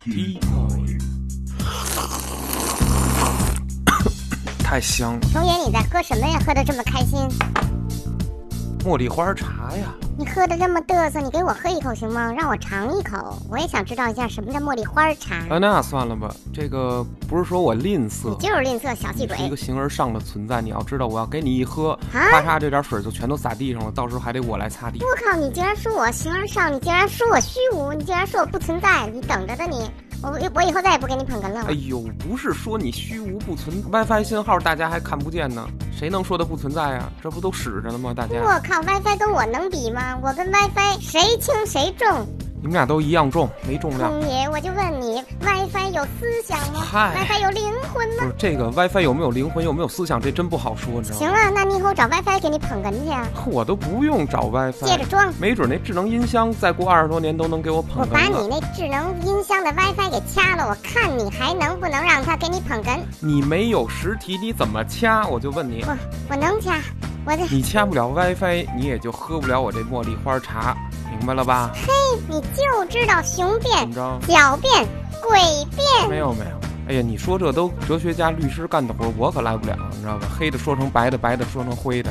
T 太香了，同学，你在喝什么呀？喝的这么开心，茉莉花茶呀！你喝的这么嘚瑟，你给我喝一口行吗？让我尝一口，我也想知道一下什么叫茉莉花茶。啊，那算了吧，这个不是说我吝你啬，就是吝啬，小气你鬼是。一个形而上的存在。你要知道，我要给你一喝，啊咔嚓，这点水就全都洒地上了，到时候还得我来擦地。我靠！你竟然说我形而上，你竟然说我虚无，你竟然说我不存在，你等着吧你！我我以后再也不给你捧哏了哎。呦，不是说你虚无不存，WiFi 信号大家还看不见呢，谁能说它不存在呀？这不都使着呢吗？大家，我靠，WiFi 跟我能比吗？我跟 WiFi 谁轻谁重？你们俩都一样重，没重量。空爷，我就问你，WiFi 有思想吗嗨哎？WiFi 有灵魂吗不？是这个 WiFi 有没有灵魂，有没有思想，这真不好说，你知道行吗？啊，那你以后找 WiFi 给你捧哏去啊， 我都不用找接 WiFi，着装。没准那智能音箱再过二十多年都能给我我捧把哏你了。那智能音箱的 WiFi 给掐了，我看你还能不能让它给你捧哏？你没有实体，你怎么掐？我就问你，我我能掐，我这你掐不了 WiFi，你也就喝不了我这茉莉花茶，明白了吧？你就知道雄怎辩么、着？狡辩、诡辩。没有没有。哎呀，你说这都哲学家、律师干的活，我可来不了，你知道吧？黑的说成白的，白的说成灰的。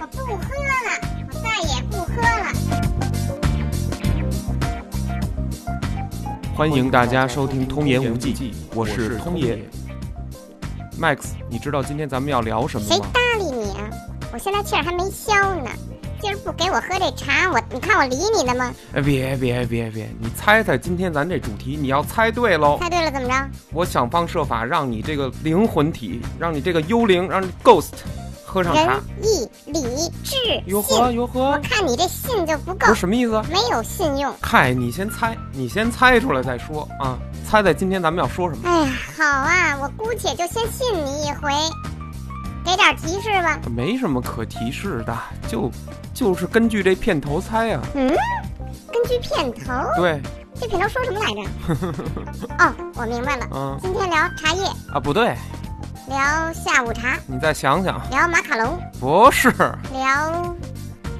我不喝了，我再也不喝了。欢迎大家收听《通言无忌》，我是通爷。Max，你知道今天咱们要聊什么谁吗？搭理你啊？我现在气儿还没消呢，今儿不给我喝这茶，我你看我理你了吗？哎，别别别别，你猜猜今天咱这主题，你要猜对喽！猜对了怎么着？我想方设法让你这个灵魂体，让你这个幽灵，让你 ghost 喝上茶仁。义礼智哟信，呵哟呵我，看你这信就不够不是，什么意思？没有信用。嗨，你先猜，你先猜出来再说啊！猜猜今天咱们要说什么？哎呀，好啊，我姑且就先信你一回，给点提示吧。没什么可提示的，就就是根据这片头猜啊。根据片头，对，这片头说什么来着？哦，我明白了，嗯今天聊茶叶，啊，不对，聊下午茶，你再想想，聊马卡龙，不是聊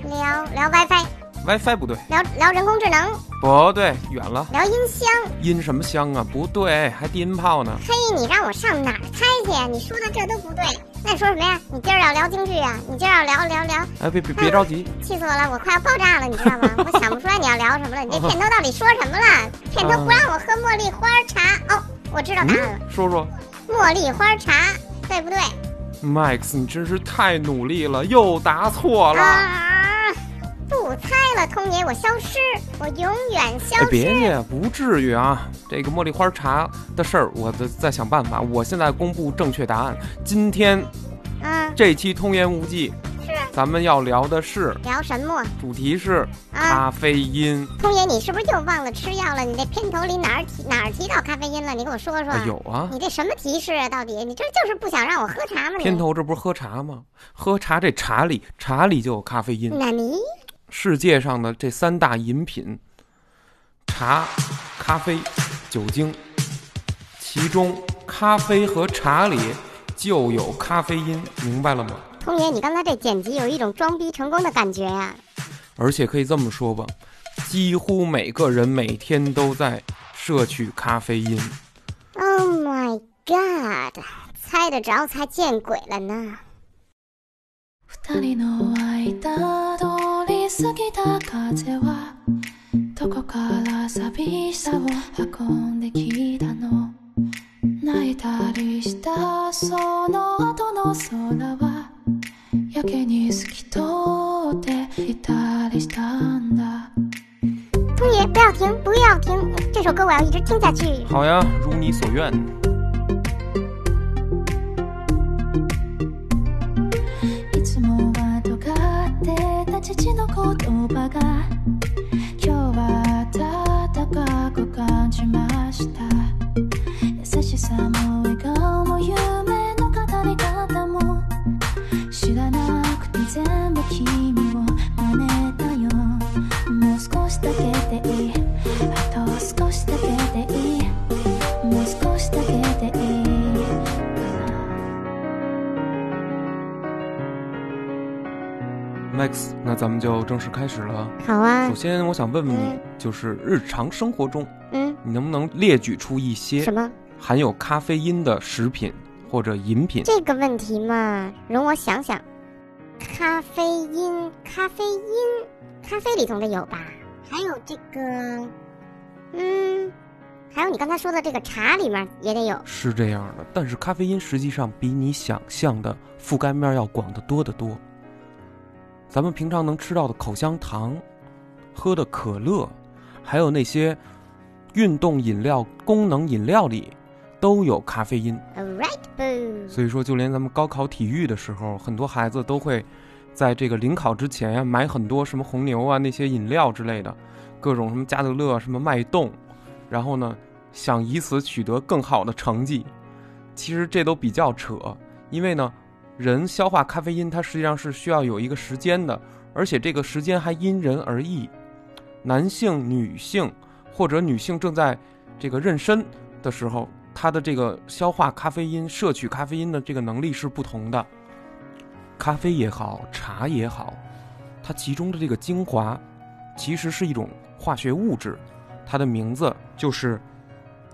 聊聊 WiFi， WiFi 不对，聊聊人工智能，不对，远了，聊音箱。音什么箱啊？不对，还低音炮呢。嘿，你让我上哪儿猜去呀？你说的这都不对。那你说什么呀？你今儿要聊京剧啊？你今儿要聊聊聊？哎，别别别着急，气死我了！我快要爆炸了，你知道吗？我想不出来你要聊什么了。你这片头到底说什么了？片头不让我喝茉莉花茶哦，我知道答案了，嗯，说说茉莉花茶对不对？ ，Max，你真是太努力了，又答错了。啊，不猜了，通爷，我消失，我永远消哎，别失。介，不至于啊！这个茉莉花茶的事儿，我再再想办法。我现在公布正确答案。今天嗯，这期《通言无忌》，是咱们要聊的是聊什么主题是啊？咖啡因。通爷，你是不是又忘了吃药了？你这片头里哪儿提哪儿提到咖啡因了？你给我说说。哎，有啊，你这什么提示啊？到底你这就是不想让我喝茶吗？你片头这不是喝茶吗？喝茶这茶里茶里就有咖啡因。纳尼？世界上的这三大饮品：茶、咖啡、酒精。其中，咖啡和茶里就有咖啡因，明白了吗？通爷，你刚才这剪辑有一种装逼成功的感觉啊呀、而且可以这么说吧，几乎每个人每天都在摄取咖啡因。 Oh my god！猜得着才见鬼了呢！二人の間通り過ぎた風はどこから寂しさを運んできたの泣いたりしたその後の空はやけに透き通っていたりしたんだ通爷，不要停，不要停！这首歌我要一直听下去。好呀，如你所愿。いつもは尖ってた父の言葉が今日は温かく感じました優しさも笑顔も夢の語り方も知らなくて全部君を真似たよもう少しだけでいいあと少しだけでいいもう少しだけでいい Max，那咱们就正式开始了。好啊啊首，先，我想问问你，就是日常生活中，嗯，你能不能列举出一些什么？含有咖啡因的食品或者饮品？这个问题嘛，容我想想。咖啡因，咖啡因，咖啡里头的有吧？还有这个，嗯，还有你刚才说的这个茶里面也得有。是这样的，但是咖啡因实际上比你想象的覆盖面要广得多得多。咱们平常能吃到的口香糖、喝的可乐，还有那些运动饮料、功能饮料里都有咖啡因。 All right, boo。所以说，就连咱们高考体育的时候，很多孩子都会在这个临考之前呀、啊买很多什么红牛啊那些饮料之类的，各种什么加德乐、什么脉动，然后呢，想以此取得更好的成绩。其实这都比较扯，因为呢，人消化咖啡因它实际上是需要有一个时间的，而且这个时间还因人而异，男性、女性或者女性正在这个妊娠的时候，它的这个消化咖啡因、摄取咖啡因的这个能力是不同的。咖啡也好，茶也好，它其中的这个精华，其实是一种化学物质，它的名字就是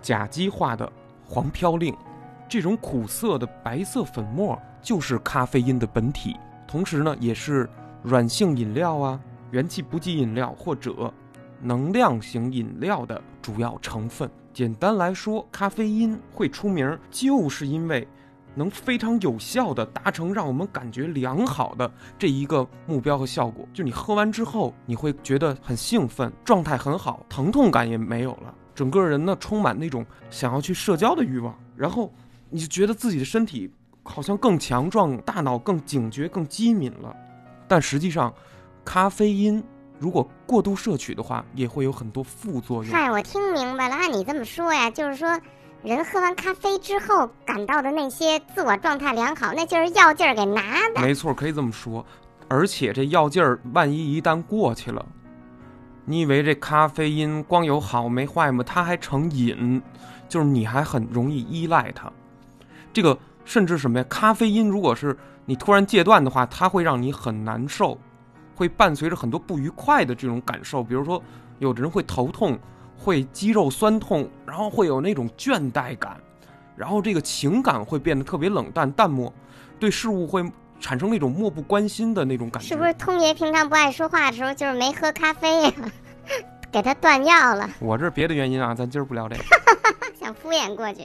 甲基化的黄嘌呤。这种苦涩的白色粉末就是咖啡因的本体，同时呢，也是软性饮料啊、元气补给饮料或者能量型饮料的主要成分。简单来说，咖啡因会出名儿，就是因为能非常有效地达成让我们感觉良好的这一个目标和效果。就你喝完之后，你会觉得很兴奋，状态很好，疼痛感也没有了，整个人呢充满那种想要去社交的欲望，然后你就觉得自己的身体好像更强壮，大脑更警觉、更机敏了。但实际上，咖啡因如果过度摄取的话，也会有很多副作用。嗨，我听明白了。按你这么说呀，就是说，人喝完咖啡之后感到的那些自我状态良好，那就是药劲儿给拿的。没错，可以这么说。而且这药劲儿，万一一旦过去了，你以为这咖啡因光有好没坏吗？它还成瘾，就是你还很容易依赖它。这个甚至什么呀？咖啡因如果是你突然戒断的话，它会让你很难受，会伴随着很多不愉快的这种感受，比如说有的人会头痛，会肌肉酸痛，然后会有那种倦怠感，然后这个情感会变得特别冷淡淡漠，对事物会产生那种漠不关心的那种感觉。是不是通爷平常不爱说话的时候，就是没喝咖啡呀、给他断药了，我这是别的原因啊，咱今儿不聊这个。想敷衍过去。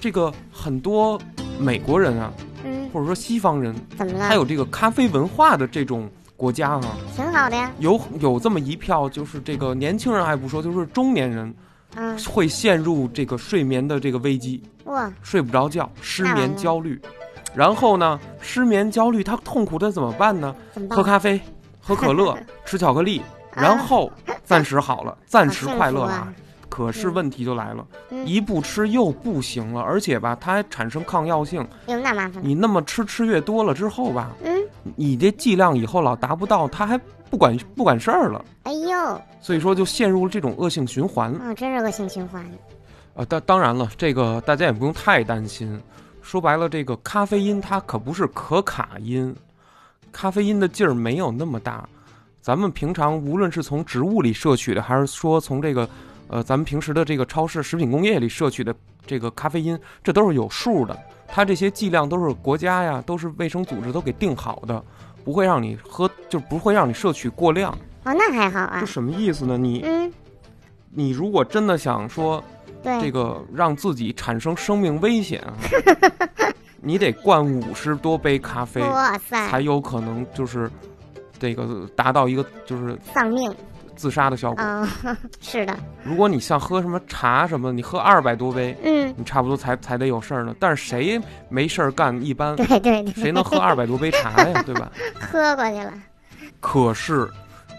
这个很多美国人啊，嗯，或者说西方人，怎么还了？有这个咖啡文化的这种国家啊，挺好的呀。有有这么一票，就是这个年轻人还不说，就是中年人嗯，会陷入这个睡眠的这个危机，哇，睡不着觉，失那完眠了焦虑。然后呢，失眠焦虑，他痛苦，他怎么办呢？怎么办？喝咖啡，喝可 乐，吃巧克力，然后暂时好了，暂时快乐了好幸福啊啊。可是问题就来了，嗯一不吃又不行了，而且吧，它还产生抗药性。有那麻烦了。你那么吃吃越多了之后吧，嗯，你这剂量以后老达不到，它还不管不管事儿了。哎呦，啊，所以说就陷入了这种恶性循环真是恶性循环。啊。当当然了，这个大家也不用太担心。说白了，这个咖啡因它可不是可卡因，咖啡因的劲儿没有那么大。咱们平常无论是从植物里摄取的，还是说从这个，呃，咱们平时的这个超市食品工业里摄取的这个咖啡因，这都是有数的。它这些剂量都是国家呀，都是卫生组织都给定好的，不会让你喝，就不会让你摄取过量。哦，那还好啊这。什么意思呢？你嗯，你如果真的想说对，这个让自己产生生命危险 啊，你得灌五十多杯咖啡，哇塞，才有可能就是这个达到一个就是丧命自杀的效果。啊、 是的，如果你像喝什么茶什么的，你喝二百多杯，嗯，你差不多才才得有事儿呢。但是谁没事儿干，一般对对对，谁能喝啊二百多杯茶呀，对吧？ 喝过去了，可是，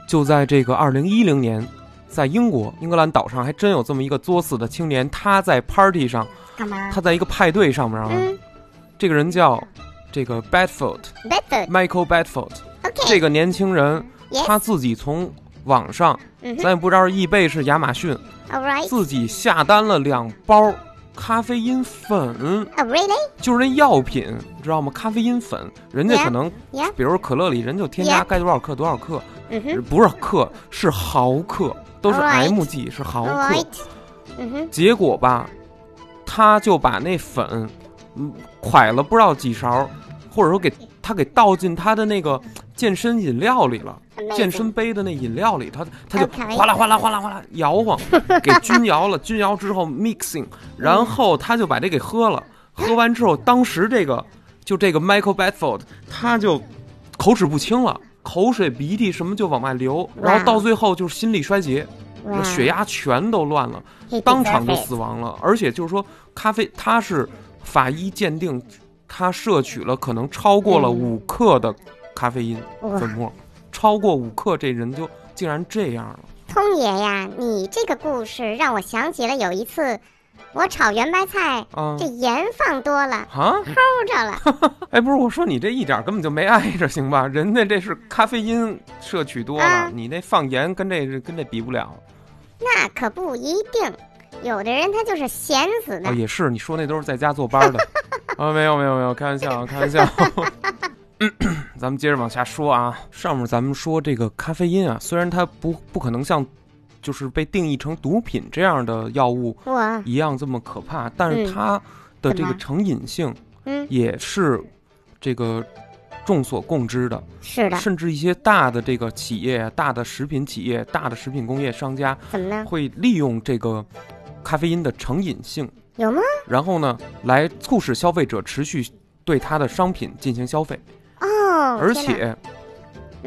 就在这个二零一零年，在英国英格兰岛上，还真有这么一个作死的青年，他在 party 上，干嘛？他在一个派对上面啊，嗯这个人叫这个 Bedford b e t t e Michael Bedford， OK，这个年轻人 Yes 他自己从网上，嗯哎咱也不知道是易贝是亚马逊， ，All right，自己下单了两包咖啡因粉， Oh, really? 就是那药品，知道吗？咖啡因粉，人家 Yeah. 可能 Yeah. 比如可乐里人就添加 Yeah. 该多少克多少克， Mm-hmm. 不是克是毫克，都是 Alright. mg 是毫 All 克。 right. Mm-hmm. 结果吧，他就把那粉，嗯，蒯了不知道几勺，或者说给他给倒进他的那个健身饮料里了，健身 Amazing. 杯的那饮料里，他他就 Okay 哗啦哗啦哗啦哗啦摇晃，给均摇了，均摇之后 mixing，然后他就把这给喝了，喝完之后，当时这个就这个 Michael Bedford 他就口齿不清了。口水、鼻涕什么就往外流，然后到最后就是心力衰竭， Wow. 血压全都乱了。 He 当场就 deserves 死亡了。而且就是说，咖啡它是法医鉴定，他摄取了可能超过了嗯五克的咖啡因 it. 哇粉末，超过五克，这人就竟然这样了。通爷呀，你这个故事让我想起了有一次，我炒圆白菜，啊这盐放多了，啊！齁着 了。哎，不是，我说你这一点根本就没挨着，行吧？人家这是咖啡因摄取多了啊，你那放盐跟这跟这比不了。那可不一定，有的人他就是咸死哦，的。也是，你说那都是在家坐 班的。啊，没有没有没有，开玩笑，啊，开玩笑。 咱们接着往下说啊，上面咱们说这个咖啡因啊，虽然它不不可能像，就是被定义成毒品这样的药物我，一样这么可怕，但是嗯它的这怎个么成瘾性嗯，也是这个众所共知的，是的，甚至一些大的这个企业、啊大的食品企业、大的食品工业商家怎么呢？会利用这个咖啡因的成瘾性。有吗？然后呢，来促使消费者持续对它的商品进行消费，哦，而天哪且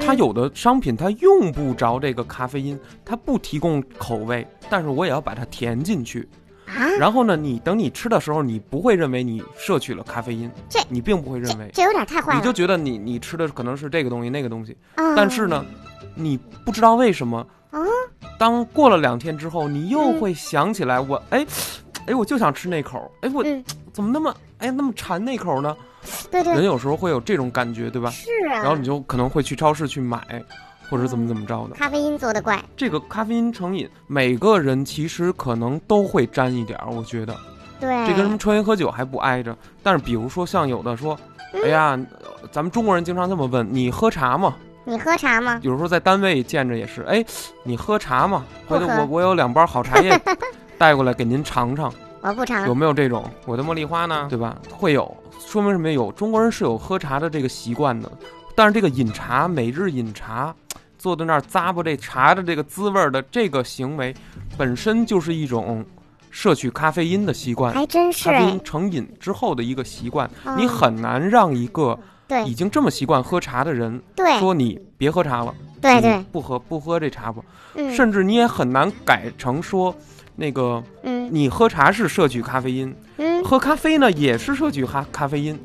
它嗯有的商品它用不着这个咖啡因，它不提供口味，但是我也要把它填进去。啊，然后呢，你等你吃的时候，你不会认为你摄取了咖啡因这，你并不会认为这，这有点太坏你就了。觉得你你吃的可能是这个东西那个东西，哦但是，呢，你不知道为什么啊，当过了两天之后，你又嗯会想起来我哎。哎，我就想吃那口儿。哎，我嗯，怎么那么哎那么馋那口呢？对人对，有时候会有这种感觉，对吧？是啊。哎嗯然后你就可能会去超市去买，或者怎么怎么着的。咖啡因做的怪，这个咖啡因成瘾，每个人其实可能都会沾一点儿，我觉得对，这跟什么抽烟喝酒还不挨着。但是比如说像有的说，嗯哎呀，呃咱们中国人经常这么问，你喝茶吗？你喝茶吗？有时候在单位见着也是，哎，你喝茶吗？回头不喝我我有两包好茶叶带过来给您尝尝。 我不尝有。没有这种？我的茉莉花啊呢？对吧？会有，说明什么？有中国人是有喝茶的这个习惯的，但是这个饮茶，每日饮茶，坐在那儿咂巴这茶的这个滋味儿的这个行为，本身就是一种摄取咖啡因的习惯，还真是咖啡哎因，成瘾之后的一个习惯，哦你很难让一个已对经这么习惯喝茶的人对说你别喝茶了，对你对，嗯不喝不喝这茶吧，嗯甚至你也很难改成说那个嗯你喝茶是摄取咖啡因。嗯，喝咖啡呢也是摄取咖咖啡因，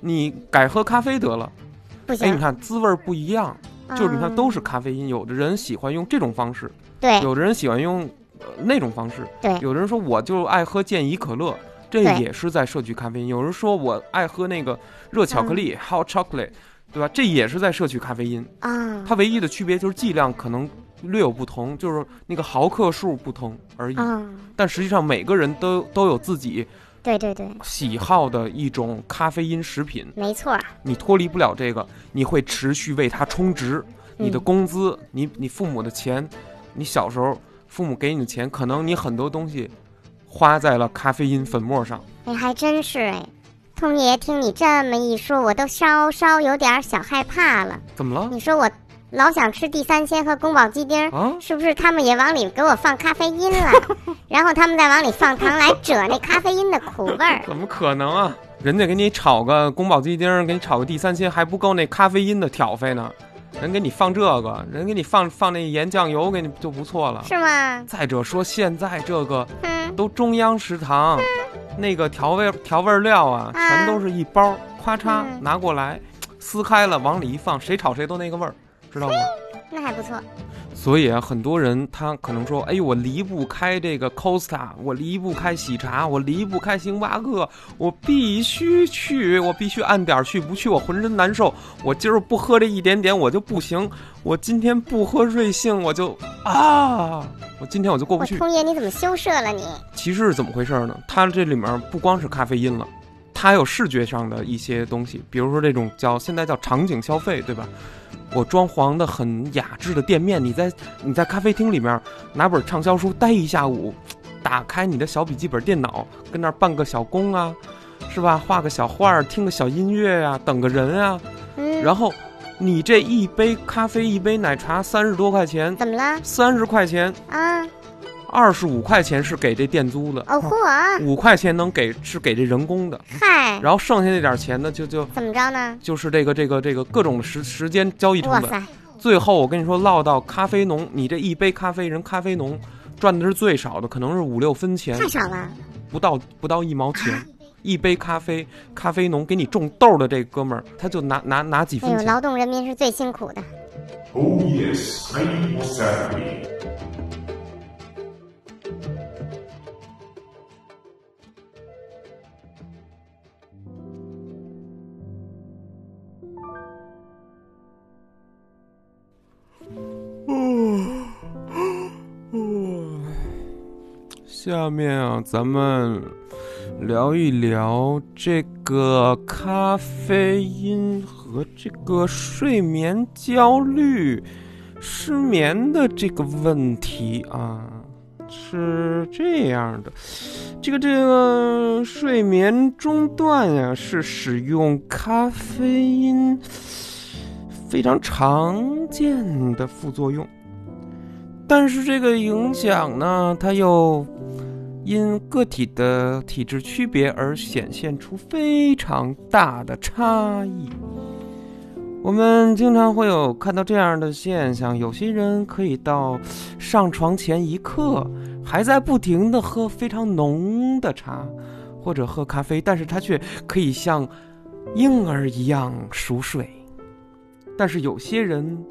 你改喝咖啡得了。不哎，行你，看滋味儿不一样，就是你看嗯都是咖啡因，有的人喜欢用这种方式，对有的人喜欢用、呃那种方式，对有的人说我就爱喝健怡可乐。这对也是在摄取咖啡因。有人说我爱喝那个热巧嗯克力、hot chocolate，对吧？这也是在摄取咖啡因。啊它唯一的区别就是剂量可能略有不同，就是那个毫克数不同而已。啊，但实际上每个人都都有自己对对对，喜好的一种咖啡因食品，没错儿，你脱离不了这个，你会持续为它充值。你的嗯工资，你你父母的钱，你小时候父母给你的钱，可能你很多东西花在了咖啡因粉末上。哎，还真是哎。通爷，听你这么一说，我都稍稍有点儿小害怕了。怎么了你说我老想吃地三鲜和宫保鸡丁儿，啊？是不是他们也往里给我放咖啡因了？ 然后他们再往里放糖来 遮那咖啡因的苦味儿。怎么可能啊？人家给你炒个宫保鸡丁，给你炒个地三鲜，还不够那咖啡因的挑费呢。人给你放这个，人给你放放那盐酱油，给你就不错了。是吗？再者说，现在这个嗯，都中央食堂，那个调味调味料啊，啊全都是一包，咔嚓嗯拿过来，撕开了往里一放，谁炒谁都那个味儿，知道吗？那还不错。所以啊，很多人他可能说：“哎，我离不开这个 Costa，我离不开喜茶，我离不开星巴克，我必须去，我必须按点儿去，不去我浑身难受。我今儿不喝这一点点我就不行，我今天不喝瑞幸我就啊，我今天我就过不我去。”通爷，你怎么羞涩了你？其实是怎么回事呢？它这里面不光是咖啡因了，它有视觉上的一些东西，比如说这种叫现在叫场景消费，对吧？我装潢的很雅致的店面，你在你在咖啡厅里面拿本畅销书待一下午，打开你的小笔记本电脑，跟那儿办个小工啊，是吧？画个小画儿，听个小音乐呀、等个人啊，嗯，然后你这一杯咖啡、一杯奶茶三十多块钱，怎么了三十块钱、啊？二十五块钱是给这店租的，哦嚯，五块钱能给是给这人工的，嗨，然后剩下那点钱呢，就就怎么着呢？就是这个这个这个各种时时间交易成哇本。塞，最后我跟你说，落到咖啡农，你这一杯咖啡，人咖啡农赚的是最少的，可能是五六分钱太，少了。不到不到一毛钱。一杯咖啡，咖啡农给你种豆的这哥们儿，他就拿拿拿几哎分呦，钱。劳动人民是最辛苦的。 Oh yes, I'm savvy. 下面啊，咱们聊一聊这个咖啡因和这个睡眠焦虑、失眠的这个问题啊，是这样的，这个这个睡眠中断呀、是使用咖啡因非常常见的副作用。但是这个影响呢，它又因个体的体质区别而显现出非常大的差异。我们经常会有看到这样的现象：有些人可以到上床前一刻还在不停的喝非常浓的茶或者喝咖啡，但是他却可以像婴儿一样熟睡。但是有些人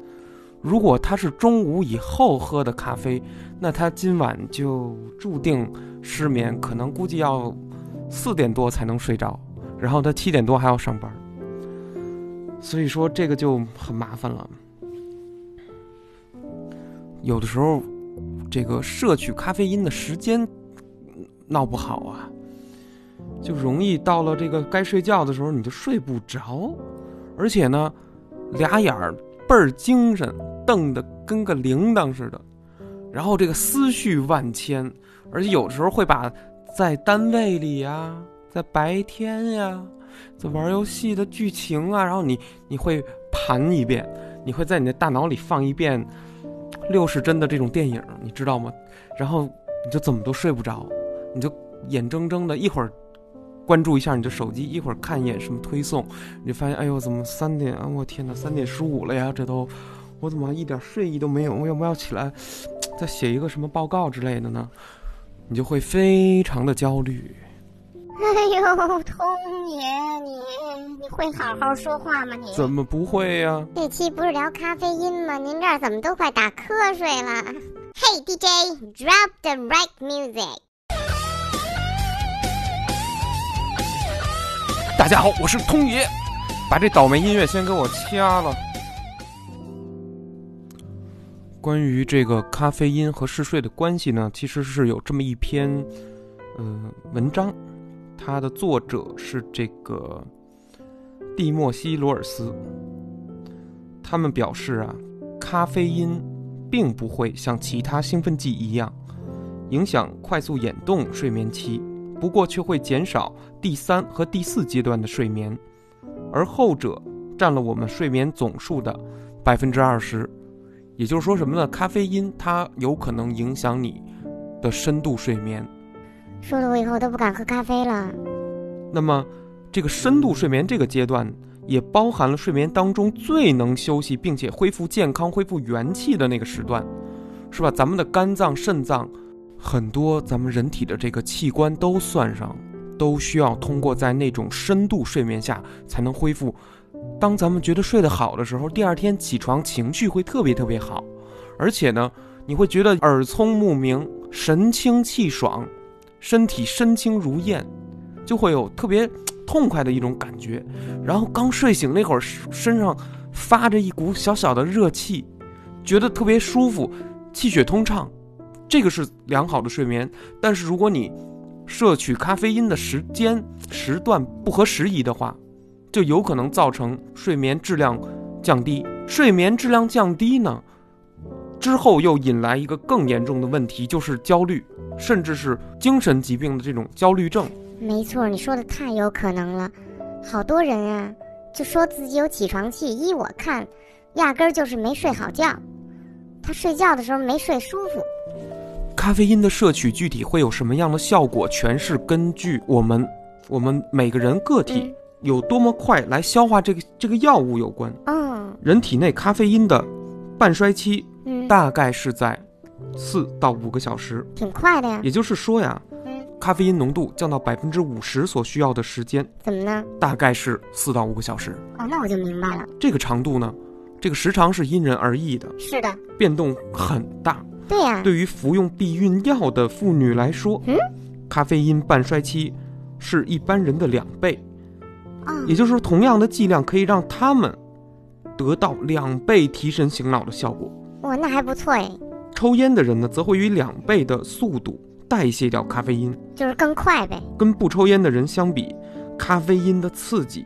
如果他是中午以后喝的咖啡，那他今晚就注定失眠，可能估计要四点多才能睡着，然后他七点多还要上班，所以说这个就很麻烦了。有的时候，这个摄取咖啡因的时间闹不好啊，就容易到了这个该睡觉的时候你就睡不着，而且呢，俩眼儿倍儿精神，瞪得跟个铃铛似的，然后这个思绪万千，而且有时候会把在单位里呀、在白天呀、在玩游戏的剧情啊，然后你你会盘一遍，你会在你的大脑里放一遍六十帧的这种电影，你知道吗？然后你就怎么都睡不着，你就眼睁睁的一会儿。关注一下你的手机，一会儿看一眼什么推送，你就发现，哎呦，怎么三点啊？我天哪，三点十五了呀！这都，我怎么一点睡意都没有？我要不要起来再写一个什么报告之类的呢？你就会非常的焦虑。哎呦，通爷，你你会好好说话吗？你怎么不会啊呀、这期不是聊咖啡因吗？您这儿怎么都快打瞌睡了嘿 DJ, drop the right music。大家好，我是通爷，把这倒霉音乐先给我掐了。关于这个咖啡因和嗜睡的关系呢，其实是有这么一篇，嗯、文章，它的作者是这个蒂莫西·罗尔斯。他们表示啊，咖啡因并不会像其他兴奋剂一样影响快速眼动睡眠期，不过却会减少第三和第四阶段的睡眠，而后者占了我们睡眠总数的百分之二十。也就是说什么呢？咖啡因它有可能影响你的深度睡眠。说的我以后都不敢喝咖啡了。那么，这个深度睡眠这个阶段，也包含了睡眠当中最能休息并且恢复健康、恢复元气的那个时段，是吧？咱们的肝脏、肾脏，很多咱们人体的这个器官都算上，都需要通过在那种深度睡眠下才能恢复当咱们觉得睡得好的时候，第二天起床情绪会特别特别好，而且呢，你会觉得耳聪目明、神清气爽，身体身轻如燕，就会有特别痛快的一种感觉。然后刚睡醒那会儿，身上发着一股小小的热气，觉得特别舒服，气血通畅，这个是良好的睡眠。但是如果你摄取咖啡因的时间时段不合时宜的话，就有可能造成睡眠质量降低。睡眠质量降低呢，之后又引来一个更严重的问题，就是焦虑，甚至是精神疾病的这种焦虑症。没错，你说的太有可能了。好多人啊，就说自己有起床气，依我看，压根儿就是没睡好觉。他睡觉的时候没睡舒服，咖啡因的摄取具体会有什么样的效果，全是根据我们我们每个人个体嗯有多么快来消化这个这个药物有关。哦，人体内咖啡因的半衰期嗯，大概是在四到五个小时，挺快的呀。也就是说呀，嗯，咖啡因浓度降到百分之五十所需要的时间怎么呢？大概是四到五个小时。哦，那我就明白了。这个长度呢，这个时长是因人而异的，是的，变动很大。对呀、对于服用避孕药的妇女来说，嗯咖啡因半衰期是一般人的两倍，哦也，就是说，同样的剂量可以让他们得到两倍提神醒脑的效果。哇，那还不错哎，抽烟的人呢，则会以两倍的速度代谢掉咖啡因，就是更快呗。跟不抽烟的人相比，咖啡因的刺激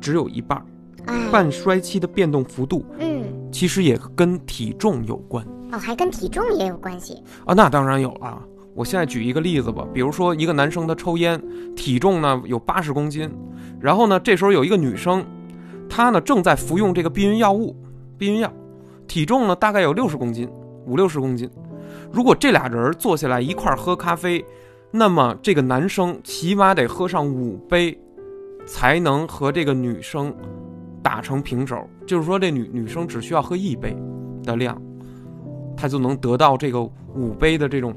只有一半儿。哎，半衰期的变动幅度嗯，其实也跟体重有关哦，还跟体重也有关系。啊，那当然有啊。我现在举一个例子吧，比如说一个男生他抽烟，体重呢有八十公斤，然后呢这时候有一个女生，她呢正在服用这个避孕药物，避孕药，体重呢大概有六十公斤，五六十公斤。如果这俩人儿坐下来一块儿喝咖啡，那么这个男生起码得喝上五杯，才能和这个女生打成平手。就是说，这女女生只需要喝一杯的量，她就能得到这个五杯的这种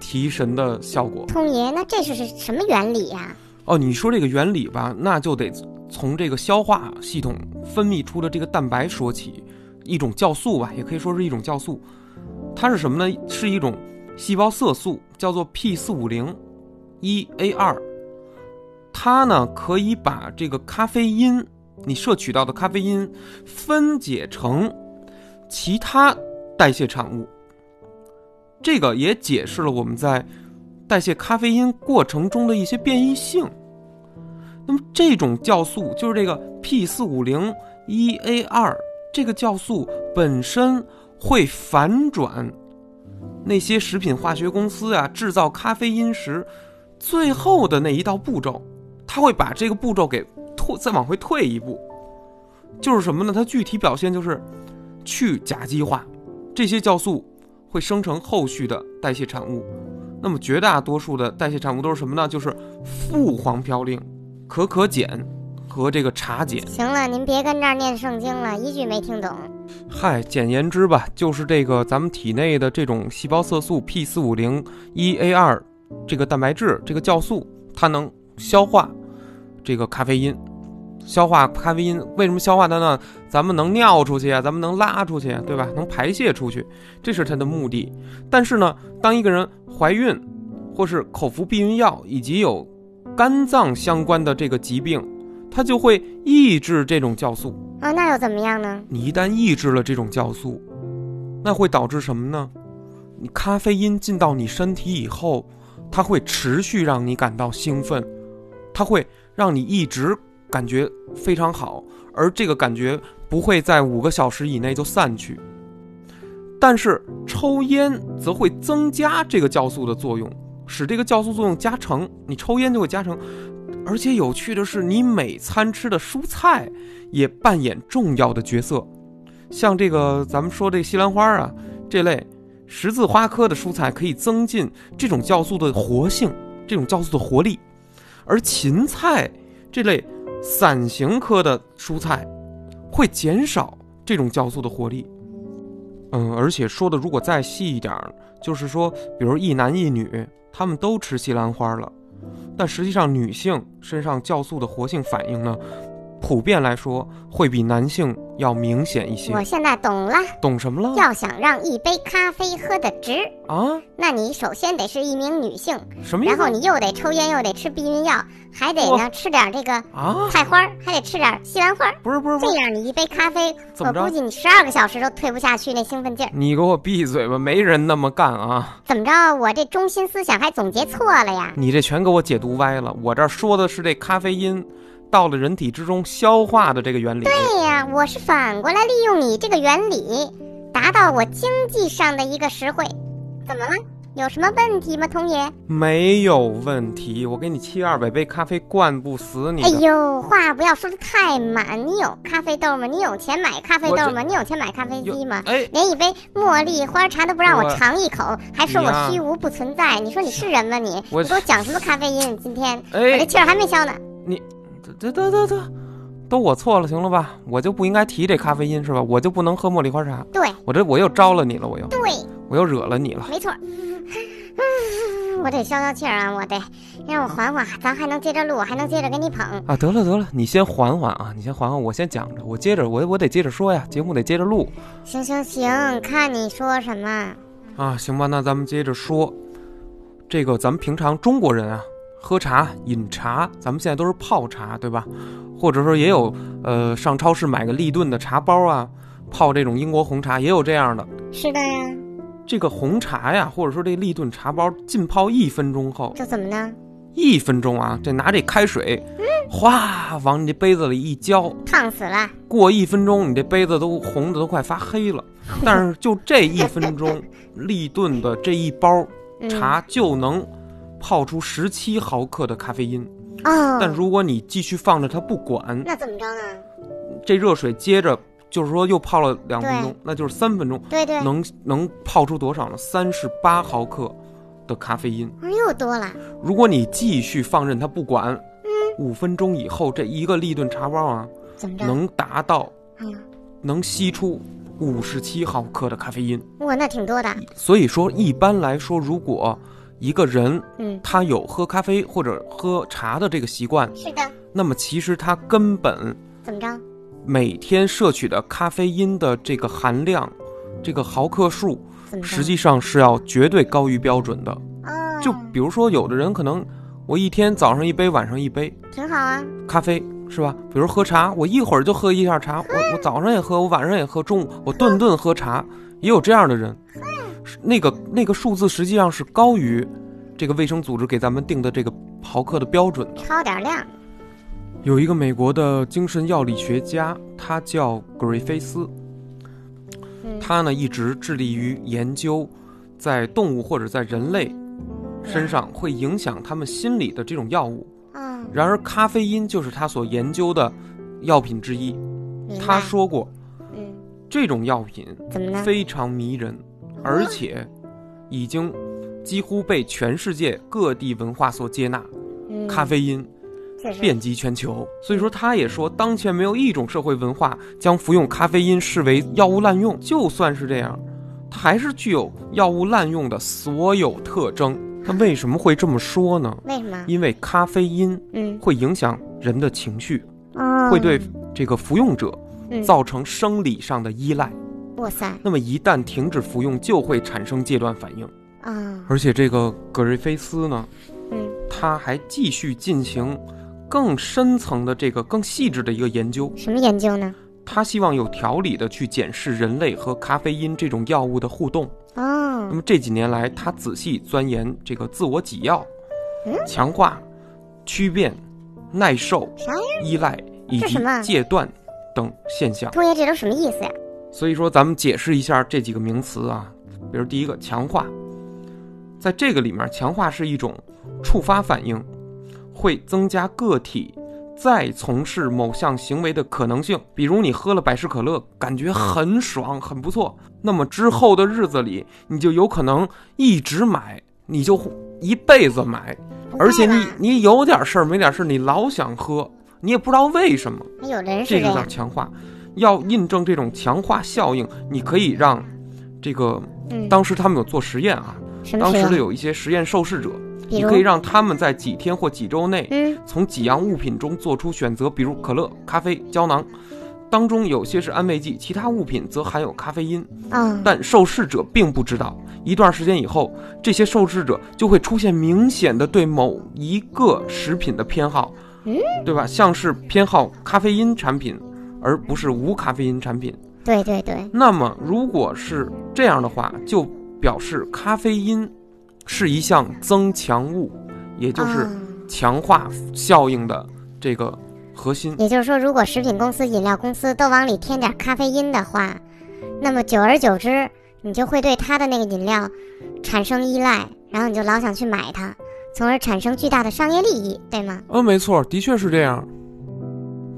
提神的效果。通爷，那这是是什么原理呀、哦，你说这个原理吧，那就得从这个消化系统分泌出的这个蛋白说起，一种酵素吧，也可以说是一种酵素。它是什么呢？是一种细胞色素，叫做 P 四五零一 A 二。它呢可以把这个咖啡因，你摄取到的咖啡因分解成其他代谢产物。这个也解释了我们在代谢咖啡因过程中的一些变异性。那么这种酵素就是这个 P 四五零一 A 二这个酵素本身会反转那些食品化学公司啊制造咖啡因时最后的那一道步骤，它会把这个步骤给退再往回退一步，就是什么呢？它具体表现就是去甲基化，这些酵素会生成后续的代谢产物。那么绝大多数的代谢产物都是什么呢？就是富黄嘌呤、可可碱和这个茶碱。行了，您别跟这儿念圣经了，一句没听懂。嗨，简言之吧，就是这个咱们体内的这种细胞色素 P 四五零一 A 二这个蛋白质这个酵素，它能消化这个咖啡因，消化咖啡因。为什么消化它呢？咱们能尿出去啊，咱们能拉出去啊，对吧？能排泄出去，这是它的目的。但是呢，当一个人怀孕，或是口服避孕药，以及有肝脏相关的这个疾病，它就会抑制这种酵素。哦，那又怎么样呢？你一旦抑制了这种酵素，那会导致什么呢？你咖啡因进到你身体以后，它会持续让你感到兴奋，它会让你一直感觉非常好，而这个感觉不会在五个小时以内就散去。但是抽烟则会增加这个酵素的作用，使这个酵素作用加成，你抽烟就会加成。而且有趣的是，你每餐吃的蔬菜也扮演重要的角色。像这个咱们说这西兰花啊这类十字花科的蔬菜，可以增进这种酵素的活性，这种酵素的活力。而芹菜这类伞形科的蔬菜，会减少这种酵素的活力。嗯，而且说的如果再细一点儿，就是说，比如一男一女，他们都吃西兰花了，但实际上女性身上酵素的活性反应呢，普遍来说会比男性要明显一些。我现在懂了，懂什么了？要想让一杯咖啡喝得值，啊？那你首先得是一名女性，什么意然后思？你又得抽烟，又得吃避孕药，还得呢吃点这个啊？菜花儿，还得吃点西兰花儿。不是不是不这是，样你一杯咖啡，哦怎么我着估计你十二个小时都退不下去那兴奋劲儿。你给我闭嘴吧！没人那么干啊！怎么着，我这中心思想还总结错了呀？你这全给我解读歪了。我这儿说的是这咖啡因到了人体之中消化的这个原理。对哎呀，我是反过来利用你这个原理，达到我经济上的一个实惠。怎么了？有什么问题吗，童爷？没有问题，我给你沏二百杯咖啡，灌不死你哎的。呦，话不要说的太满。你有咖啡豆吗？你有钱买咖啡豆我吗？你有钱买咖啡机吗？哎，连一杯茉莉花茶都不让我我尝一口，还说你呀我虚无不存在。你说你是人吗你？我你给我讲什么咖啡因？今天哎我这气儿还没消呢。这这这这，都我错了，行了吧？我就不应该提这咖啡因是吧？我就不能喝茉莉花茶，对我这我又招了你了，我又对，我又惹了你了。没错儿。 嗯我得消消气儿啊，我得让我缓缓，咱还能接着录，还能接着给你捧。啊，得了得了，你先缓缓啊，你先缓缓，我先讲着，我接着我我得接着说呀，节目得接着录行行行，看你说什么。啊，行吧，那咱们接着说，这个咱们平常中国人啊，喝茶饮茶，咱们现在都是泡茶，对吧？或者说也有呃上超市买个立顿的茶包啊，泡这种英国红茶也有这样的。是的呀，这个红茶呀，或者说这立顿茶包浸泡一分钟后，这怎么呢？一分钟啊，这拿这开水，哗往你这杯子里一浇，烫死了。过一分钟，你这杯子都红的都快发黑 了。但是就这一分钟， 立顿的这一包嗯、茶就能泡出十七毫克的咖啡因。哦，但如果你继续放着它不管，那怎么着呢？这热水接着就是说又泡了两分钟对，那就是三分钟，对对，能能泡出多少呢？三十八毫克的咖啡因。哎又多了。如果你继续放任它不管，嗯五分钟以后，这一个立顿茶包啊，怎么着？能达到哎呀，能吸出五十七毫克的咖啡因。哇，那挺多的。所以说，一般来说，如果一个人嗯，他有喝咖啡或者喝茶的这个习惯，是的。那么其实他根本怎么着？每天摄取的咖啡因的这个含量，这个毫克数，怎么着？实际上是要绝对高于标准的。哦，就比如说，有的人可能我一天早上一杯，晚上一杯挺好啊。咖啡。是吧？比如喝茶，我一会儿就喝一下茶，我我早上也喝，我晚上也喝，中午我顿顿喝茶，也有这样的人。是那个那个数字实际上是高于这个卫生组织给咱们定的这个毫克的标准的。超点量。有一个美国的精神药理学家，他叫格瑞菲斯，嗯，他呢一直致力于研究在动物或者在人类身上会影响他们心理的这种药物。哦，然而，咖啡因就是他所研究的药品之一。明白他，说过，嗯，这种药品怎么呢？非常迷人，嗯而且已经几乎被全世界各地文化所接纳。嗯咖啡因这是遍及全球。所以说，他也说，当前没有一种社会文化将服用咖啡因视为药物滥用。就算是这样，它还是具有药物滥用的所有特征。他为什么会这么说呢？为什么？因为咖啡因嗯，会影响人的情绪，哦，会对这个服用者嗯造成生理上的依赖。哇塞，那么一旦停止服用，就会产生戒断反应。哦，而且这个葛瑞菲斯呢，嗯，他还继续进行更深层的这个更细致的一个研究。什么研究呢？他希望有条理的去检视人类和咖啡因这种药物的互动。那哦，么这几年来，他仔细钻研这个自我给药嗯、强化、区变、耐受、啥呀？依赖以这及什么啊戒断等现象。童爷，这都什么意思呀？所以说，咱们解释一下这几个名词啊，比如第一个强化，在这个里面，强化是一种触发反应，会增加个体再从事某项行为的可能性。比如你喝了百事可乐，感觉很爽，很不错，那么之后的日子里，你就有可能一直买，你就一辈子买，不而且会啊你吧你有点事儿没点事儿，你老想喝，你也不知道为什么。哎有人这是就叫样，强化。要印证这种强化效应，你可以让这个嗯，当时他们有做实验啊，什么当实时的验？有一些实验受试者，啊比你如可以让他们在几天或几周内嗯从几样物品中做出选择，比如可乐、咖啡、胶囊，当中有些是安慰剂，其他物品则含有咖啡因。哦，但受试者并不知道，一段时间以后，这些受试者就会出现明显的对某一个食品的偏好嗯，对吧？像是偏好咖啡因产品，而不是无咖啡因产品。对对对，那么，如果是这样的话，就表示咖啡因是一项增强物，也就是哦强化效应的这个核心。也就是说，如果食品公司、饮料公司都往里添点咖啡因的话，那么久而久之，你就会对它的那个饮料产生依赖，然后你就老想去买它，从而产生巨大的商业利益，对吗？嗯，没错，的确是这样。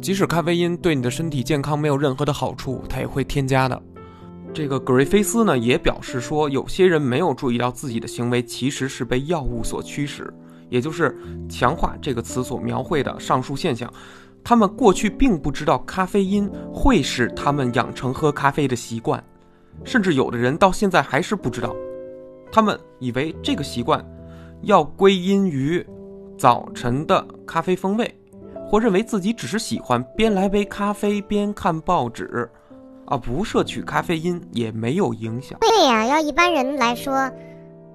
即使咖啡因对你的身体健康没有任何的好处，它也会添加的。这个格瑞菲斯呢，也表示说，有些人没有注意到自己的行为其实是被药物所驱使，也就是“强化”这个词所描绘的上述现象。他们过去并不知道咖啡因会使他们养成喝咖啡的习惯，甚至有的人到现在还是不知道。他们以为这个习惯要归因于早晨的咖啡风味，或认为自己只是喜欢边来杯咖啡边看报纸，啊，不摄取咖啡因也没有影响。对呀、要一般人来说，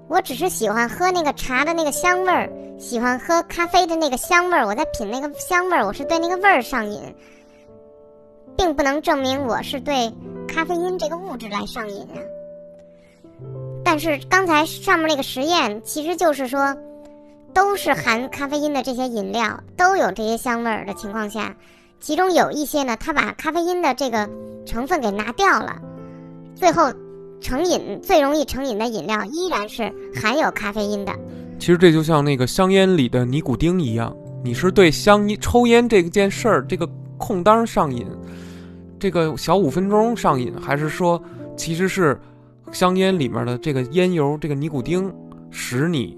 我只是喜欢喝那个茶的那个香味儿，喜欢喝咖啡的那个香味儿，我在品那个香味儿，我是对那个味儿上瘾，并不能证明我是对咖啡因这个物质来上瘾啊。但是刚才上面那个实验其实就是说，都是含咖啡因的这些饮料都有这些香味儿的情况下，其中有一些呢，它把咖啡因的这个成分给拿掉了，最后成瘾最容易成瘾的饮料依然是含有咖啡因的。其实这就像那个香烟里的尼古丁一样，你是对香烟、抽烟这件事儿这个空当上瘾，这个小五分钟上瘾，还是说其实是香烟里面的这个烟油、这个尼古丁使你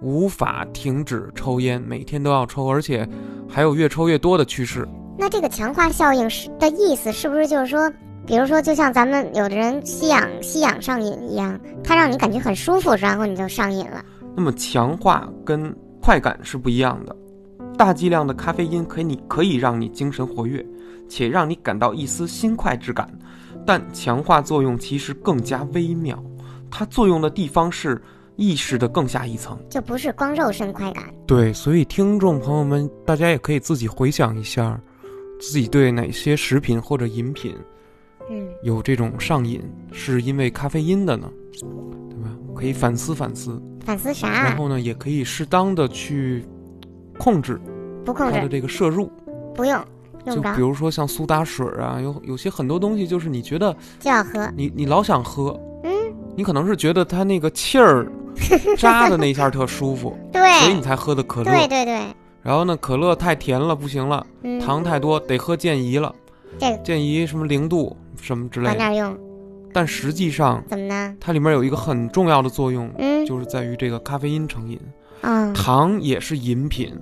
无法停止抽烟，每天都要抽，而且还有越抽越多的趋势。那这个强化效应是的意思是不是就是说，比如说就像咱们有的人吸氧吸氧上瘾一样，它让你感觉很舒服，然后你就上瘾了。那么强化跟快感是不一样的。大剂量的咖啡因可以你可以让你精神活跃，且让你感到一丝心快之感，但强化作用其实更加微妙，它作用的地方是意识的更下一层。就不是光肉身快感，对，所以听众朋友们，大家也可以自己回想一下，自己对哪些食品或者饮品嗯，有这种上瘾，是因为咖啡因的呢？对吧？可以反思反思，反思然啥？后呢，也可以适当的去控制不控它的制，这个摄入，不用，用就不着比如说像苏打水啊，有有些很多东西，就是你觉得就要喝。你你老想喝，嗯，你可能是觉得它那个气 儿扎的那一下特舒服，所以你对，才喝的可对乐。对对，然后呢，可乐太甜了，不行了，嗯，糖太多，得喝健怡了。这个健怡什么零度什么之类往的，那儿用，但实际上怎么呢？它里面有一个很重要的作用，嗯，就是在于这个咖啡因成瘾。啊，糖也是饮品，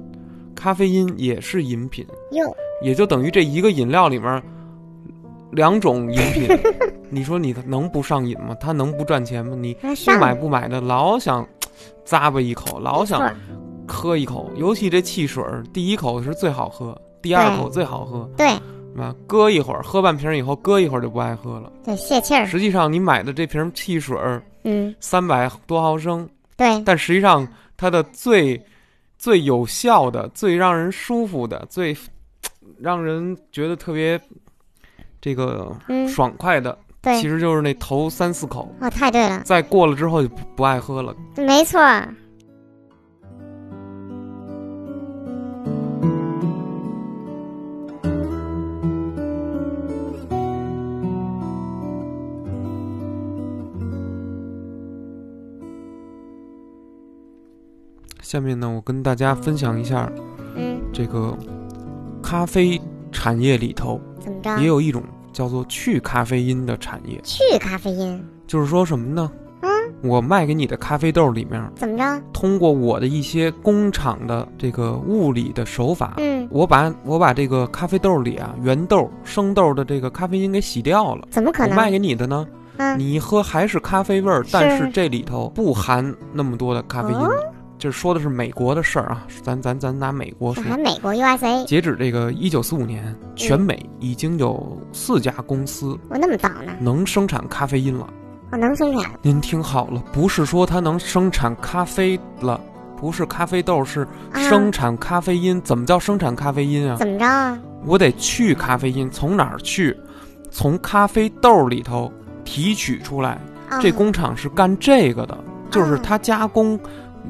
咖啡因也是饮品。用，也就等于这一个饮料里面两种饮品， 你说你能不上瘾吗？它能不赚钱吗？你那不上买不买的，老想咂巴一口，老没想错喝一口。尤其这汽水儿，第一口是最好喝，第二口最好喝，对啊，搁一会儿，喝半瓶以后，搁一会儿就不爱喝了。对，泄气儿，实际上，你买的这瓶汽水嗯，三百多毫升，对，但实际上它的最最有效的、最让人舒服的、最让人觉得特别这个嗯，爽快的，对其，实就是那头三四口，哦，太对了，再过了之后就不不爱喝了。没错儿。下面呢，我跟大家分享一下嗯，这个咖啡产业里头怎么着？也有一种叫做去咖啡因的产业，去咖啡因？就是说什么呢？嗯，我卖给你的咖啡豆里面，怎么着？通过我的一些工厂的这个物理的手法，嗯，我把我把这个咖啡豆里啊原豆生豆的这个咖啡因给洗掉了。怎么可我卖能？给你的呢，嗯，你一喝还是咖啡味儿，但是哦是这里头不含那么多的咖啡因了，就是说的是美国的事儿啊，咱咱咱拿美国说。咱美国 USA，截止这个一九四五年，全美已经有四家公司我那么早呢，能生产咖啡因了。我能生产您听好了，不是说它能生产咖啡了，不是咖啡豆，是啊？生产咖啡因。怎么叫生产咖啡因啊？怎么着啊？我得去咖啡因，从哪儿去？从咖啡豆里头提取出来。啊这工厂是干这个的，就是它加工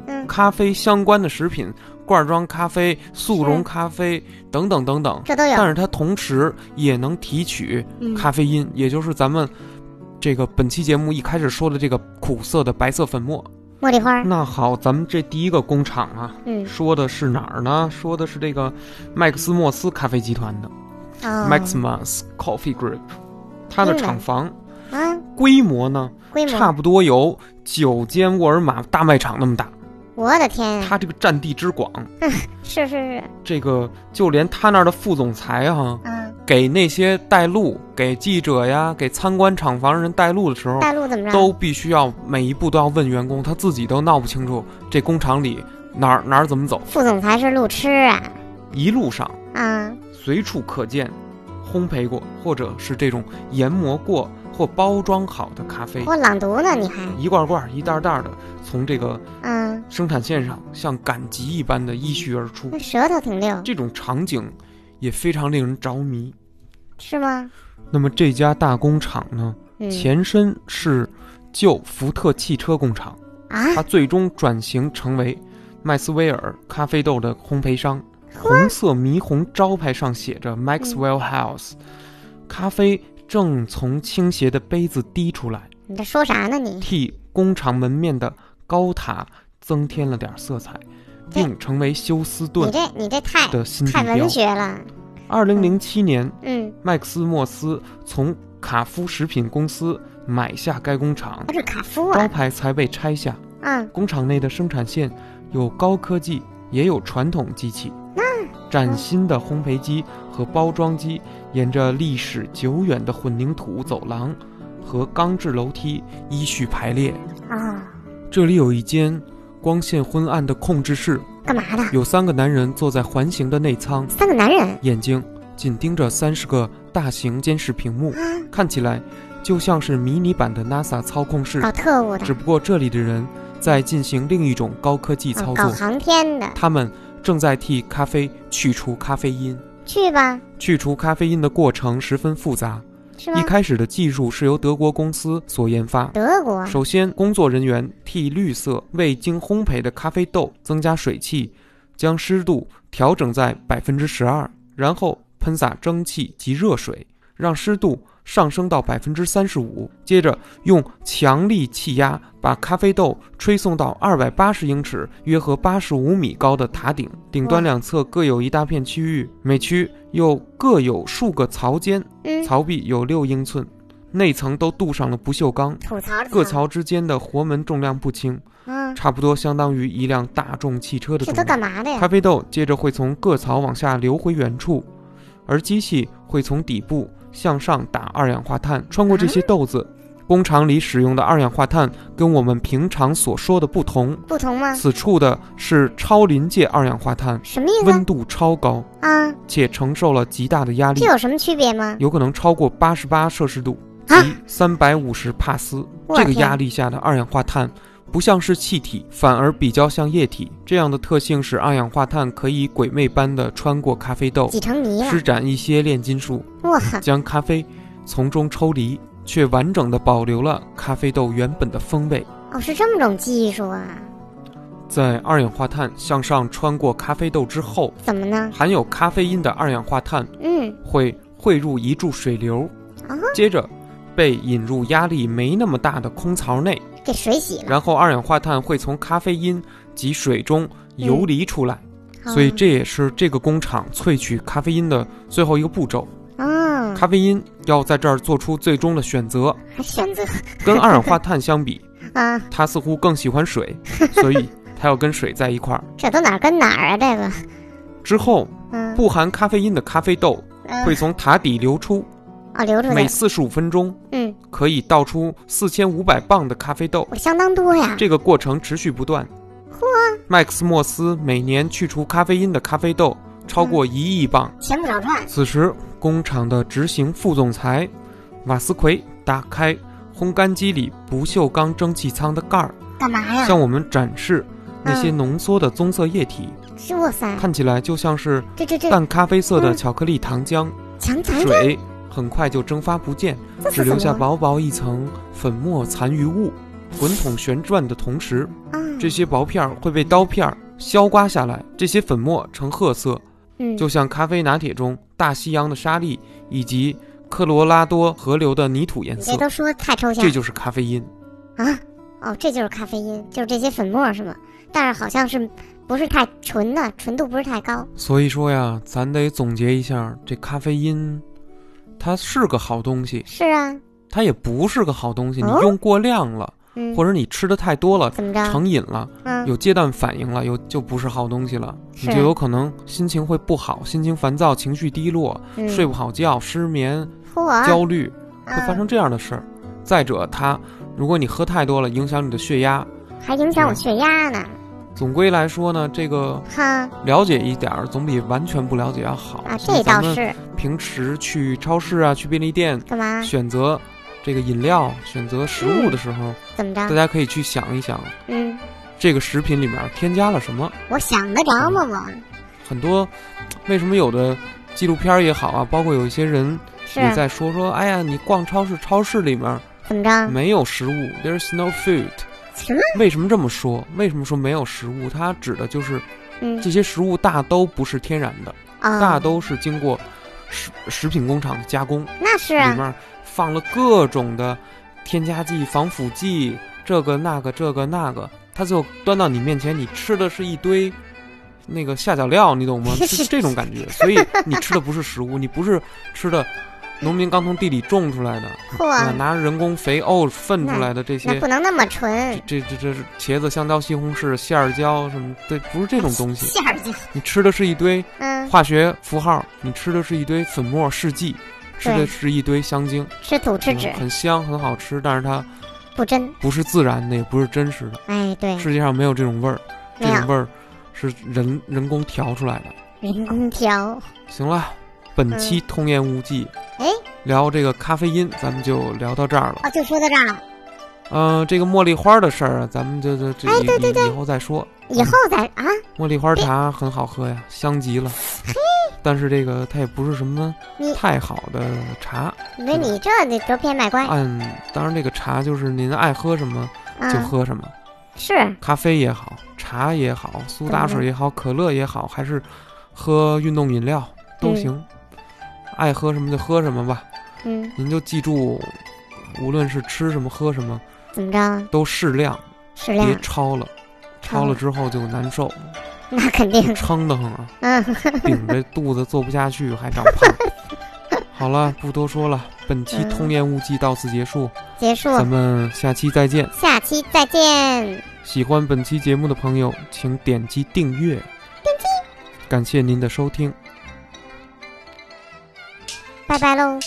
嗯咖啡相关的食品，罐装咖啡、速溶是咖啡等等等等。这都有但是它同时也能提取嗯咖啡因，也就是咱们这个本期节目一开始说的这个苦涩的白色粉末。茉莉花儿，那好，咱们这第一个工厂啊，嗯，说的是哪儿呢？说的是这个麦克斯莫斯咖啡集团的、哦 Maximus Coffee Group，它的英文厂房啊，规模呢，规差模，不多有九间沃尔玛大卖场那么大。我的天呀，它这个占地之广，是是是，这个就连他那儿的副总裁哈、嗯，给那些带路、给记者呀、给参观厂房人带路的时候，大陆怎么着？都必须要每一步都要问员工，他自己都闹不清楚这工厂里哪儿哪儿怎么走。副总裁是路痴啊，一路上啊，随处可见烘焙过或者是这种研磨过或包装好的咖啡，我朗读呢，你还，一罐罐、一袋袋的从这个嗯，生产线上像赶集一般的依序而出那，舌头挺溜，这种场景也非常令人着迷。是吗？那么这家大工厂呢？嗯，前身是旧福特汽车工厂，啊，它最终转型成为麦斯威尔咖啡豆的烘焙商。红色霓虹招牌上写着 Maxwell House，咖啡正从倾斜的杯子滴出来，你这说啥呢你？替工厂门面的高塔增添了点色彩，这并成为休斯你顿这你这太的新地太标文。学了，二零零七年，嗯，麦克斯莫斯从卡夫食品公司买下该工厂那，是卡夫招啊，牌才被拆下。啊，工厂内的生产线有高科技，也有传统机器。崭新的烘焙机和包装机沿着历史久远的混凝土走廊和钢制楼梯依序排列。哦，这里有一间光线昏暗的控制室，干嘛的？有三个男人坐在环形的内舱，三个男人眼睛紧盯着三十个大型监视屏幕，啊，看起来就像是迷你版的 NASA 操控室搞，特务的嗯只，不过这里的人在进行另一种高科技啊操搞作。航天的，他们正在替咖啡去除咖啡因。去吧，去除咖啡因的过程十分复杂，是一吗？开始的技术是由德国公司所研发。德国，首先，工作人员替绿色未经烘焙的咖啡豆增加水汽，将湿度调整在百分之十二，然后喷洒蒸汽及热水，让湿度上升到百分之三十五。接着，用强力气压把咖啡豆吹送到二百八十英尺（约合八十五米）高的塔顶，顶端哇两侧各有一大片区域，每区又各有数个槽间，嗯，槽壁有六英寸，内层都镀上了不锈钢。吐槽各槽之间的活门重量不轻，啊，差不多相当于一辆大众汽车的这重都量。干嘛的呀咖？啡豆接着会从各槽往下流回原处，而机器会从底部向上打二氧化碳，穿过这些豆子。工厂里使用的二氧化碳跟我们平常所说的不同，不同吗？此处的是超临界二氧化碳，啊什么意温思度超高，啊？且承受了极大的压力这，有什么区别吗？有可能超过八十八摄氏度。啊，及三百五十帕斯。我这个天压力下的二氧化碳不像是气体，反而比较像液体。这样的特性使二氧化碳可以鬼魅般的穿过咖啡豆，挤成泥了，嗯施展一些炼金术，我靠，将咖啡从中抽离，却完整的保留了咖啡豆原本的风味。哦，是这么种技术啊？在二氧化碳向上穿过咖啡豆之后，怎么呢？含有咖啡因的二氧化碳嗯，会汇入一注水流啊，接着被引入压力没那么大的空槽内。给水洗了，然后二氧化碳会从咖啡因及水中游离出来，啊嗯所以这也是这个工厂萃取咖啡因的最后一个步骤。啊，咖啡因要在这儿做出最终的选择，还选择跟二氧化碳相比，啊，它似乎更喜欢水，所以它要跟水在一块儿。这都哪儿跟哪儿啊？这个，之后，嗯，不含咖啡因的咖啡豆嗯会从塔底流出，哦，留出来每了，四十五分钟嗯，可以倒出四千五百磅的咖啡豆。我相当多呀，这个过程持续不断，嚯，麦克斯莫斯每年去除咖啡因的咖啡豆超过一亿磅。钱不找赚，此时，工厂的执行副总裁瓦斯奎打开烘干机里不锈钢蒸汽舱的盖儿，干嘛呀？向我们展示那些浓缩的棕色液体，是哇塞，看起来就像是这这这淡咖啡色的嗯巧克力糖浆。强强这水很快就蒸发不见，这只是留什下么？薄薄一层粉末残余物。滚筒旋转的同时，啊，这些薄片儿会被刀片儿削刮下来，这些粉末呈褐色，嗯，就像咖啡拿铁中大西洋的沙粒以及科罗拉多河流的泥土颜你色这。都说太抽象这就是咖啡因。啊。哦，这就是咖啡因，就是这些粉末是吗？但是好像是不是太纯的，纯度不是太高。所以说呀，咱得总结一下，这咖啡因，它是个好东西，是啊，它也不是个好东西。你哦用过量了，嗯，或者你吃的太多了，怎么着？成瘾了。嗯，有戒断反应了，有就不是好东西了，你是就有可能心情会不好，心情烦躁，情绪低落，嗯睡不好觉，失眠、嚯焦虑，会啊发生这样的事儿。再者，它如果你喝太多了，影响你的血压。还影响我血压呢，总归来说呢，这个哈了解一点儿总比完全不了解要好。啊，所以这咱倒们是平时去超市啊，去便利店干嘛？选择这个饮料、选择食物的时候，怎么大着？家可以去想一想，嗯，这个食品里面添加了什么。我想得着吗？我很多，为什么有的纪录片儿也好啊，包括有一些人是也在说说，哎呀，你逛超市，超市里面怎么着？没有食物，there's no food。什么？ 为什么这么说？为什么说没有食物？它指的就是嗯，这些食物大都不是天然的，大哦，都是经过食食品工厂的加工，那是里啊，面放了各种的添加剂、防腐剂，这个那个这个那个，它最后端到你面前，你吃的是一堆那个下脚料，你 懂吗？是这种感觉，所以你吃的不是食物，你不是吃的农民刚从地里种出来的，啊，嚯，拿人工肥沤粪出来的这那些不。能那么纯，这这这是茄子、香蕉、西红柿、馅儿椒什么？对，不是这种东西。馅儿就你吃的是一堆嗯，化学符号，你吃的是一堆粉末试剂，吃的是一堆香精。吃土吃纸嗯很香，很好吃，但是它不真，不是自然的，也不是真实的，哎，对，世界上没有这种味儿，这没有种味儿是人人工调出来的。人工调，行了，本期通言无忌，嗯哎，聊这个咖啡因，咱们就聊到这儿了。哦，就说到这儿了，嗯、这个茉莉花的事儿啊，咱们就就哎这以以以后再说。以后再啊，茉莉花茶很好喝呀，香极了。但是这个它也不是什么你太好的茶，你说你这得得偏卖乖按当然这个茶就是您爱喝什么就啊，喝什么。是咖啡也好，茶也好，苏打水也好，可乐也好，还是喝运动饮料都行，爱喝什么就喝什么吧。嗯，您就记住，无论是吃什么喝什么，怎么着？都适量，适别量，超了，超了之后就难受，那肯定，撑得慌啊，嗯， 顶着肚子坐不下去还长胖。好了，不多说了，本期嗯通言无忌到此结束，结束，咱们下期再见。下期再见，喜欢本期节目的朋友，请点击订阅。感谢您的收听。拜拜喽。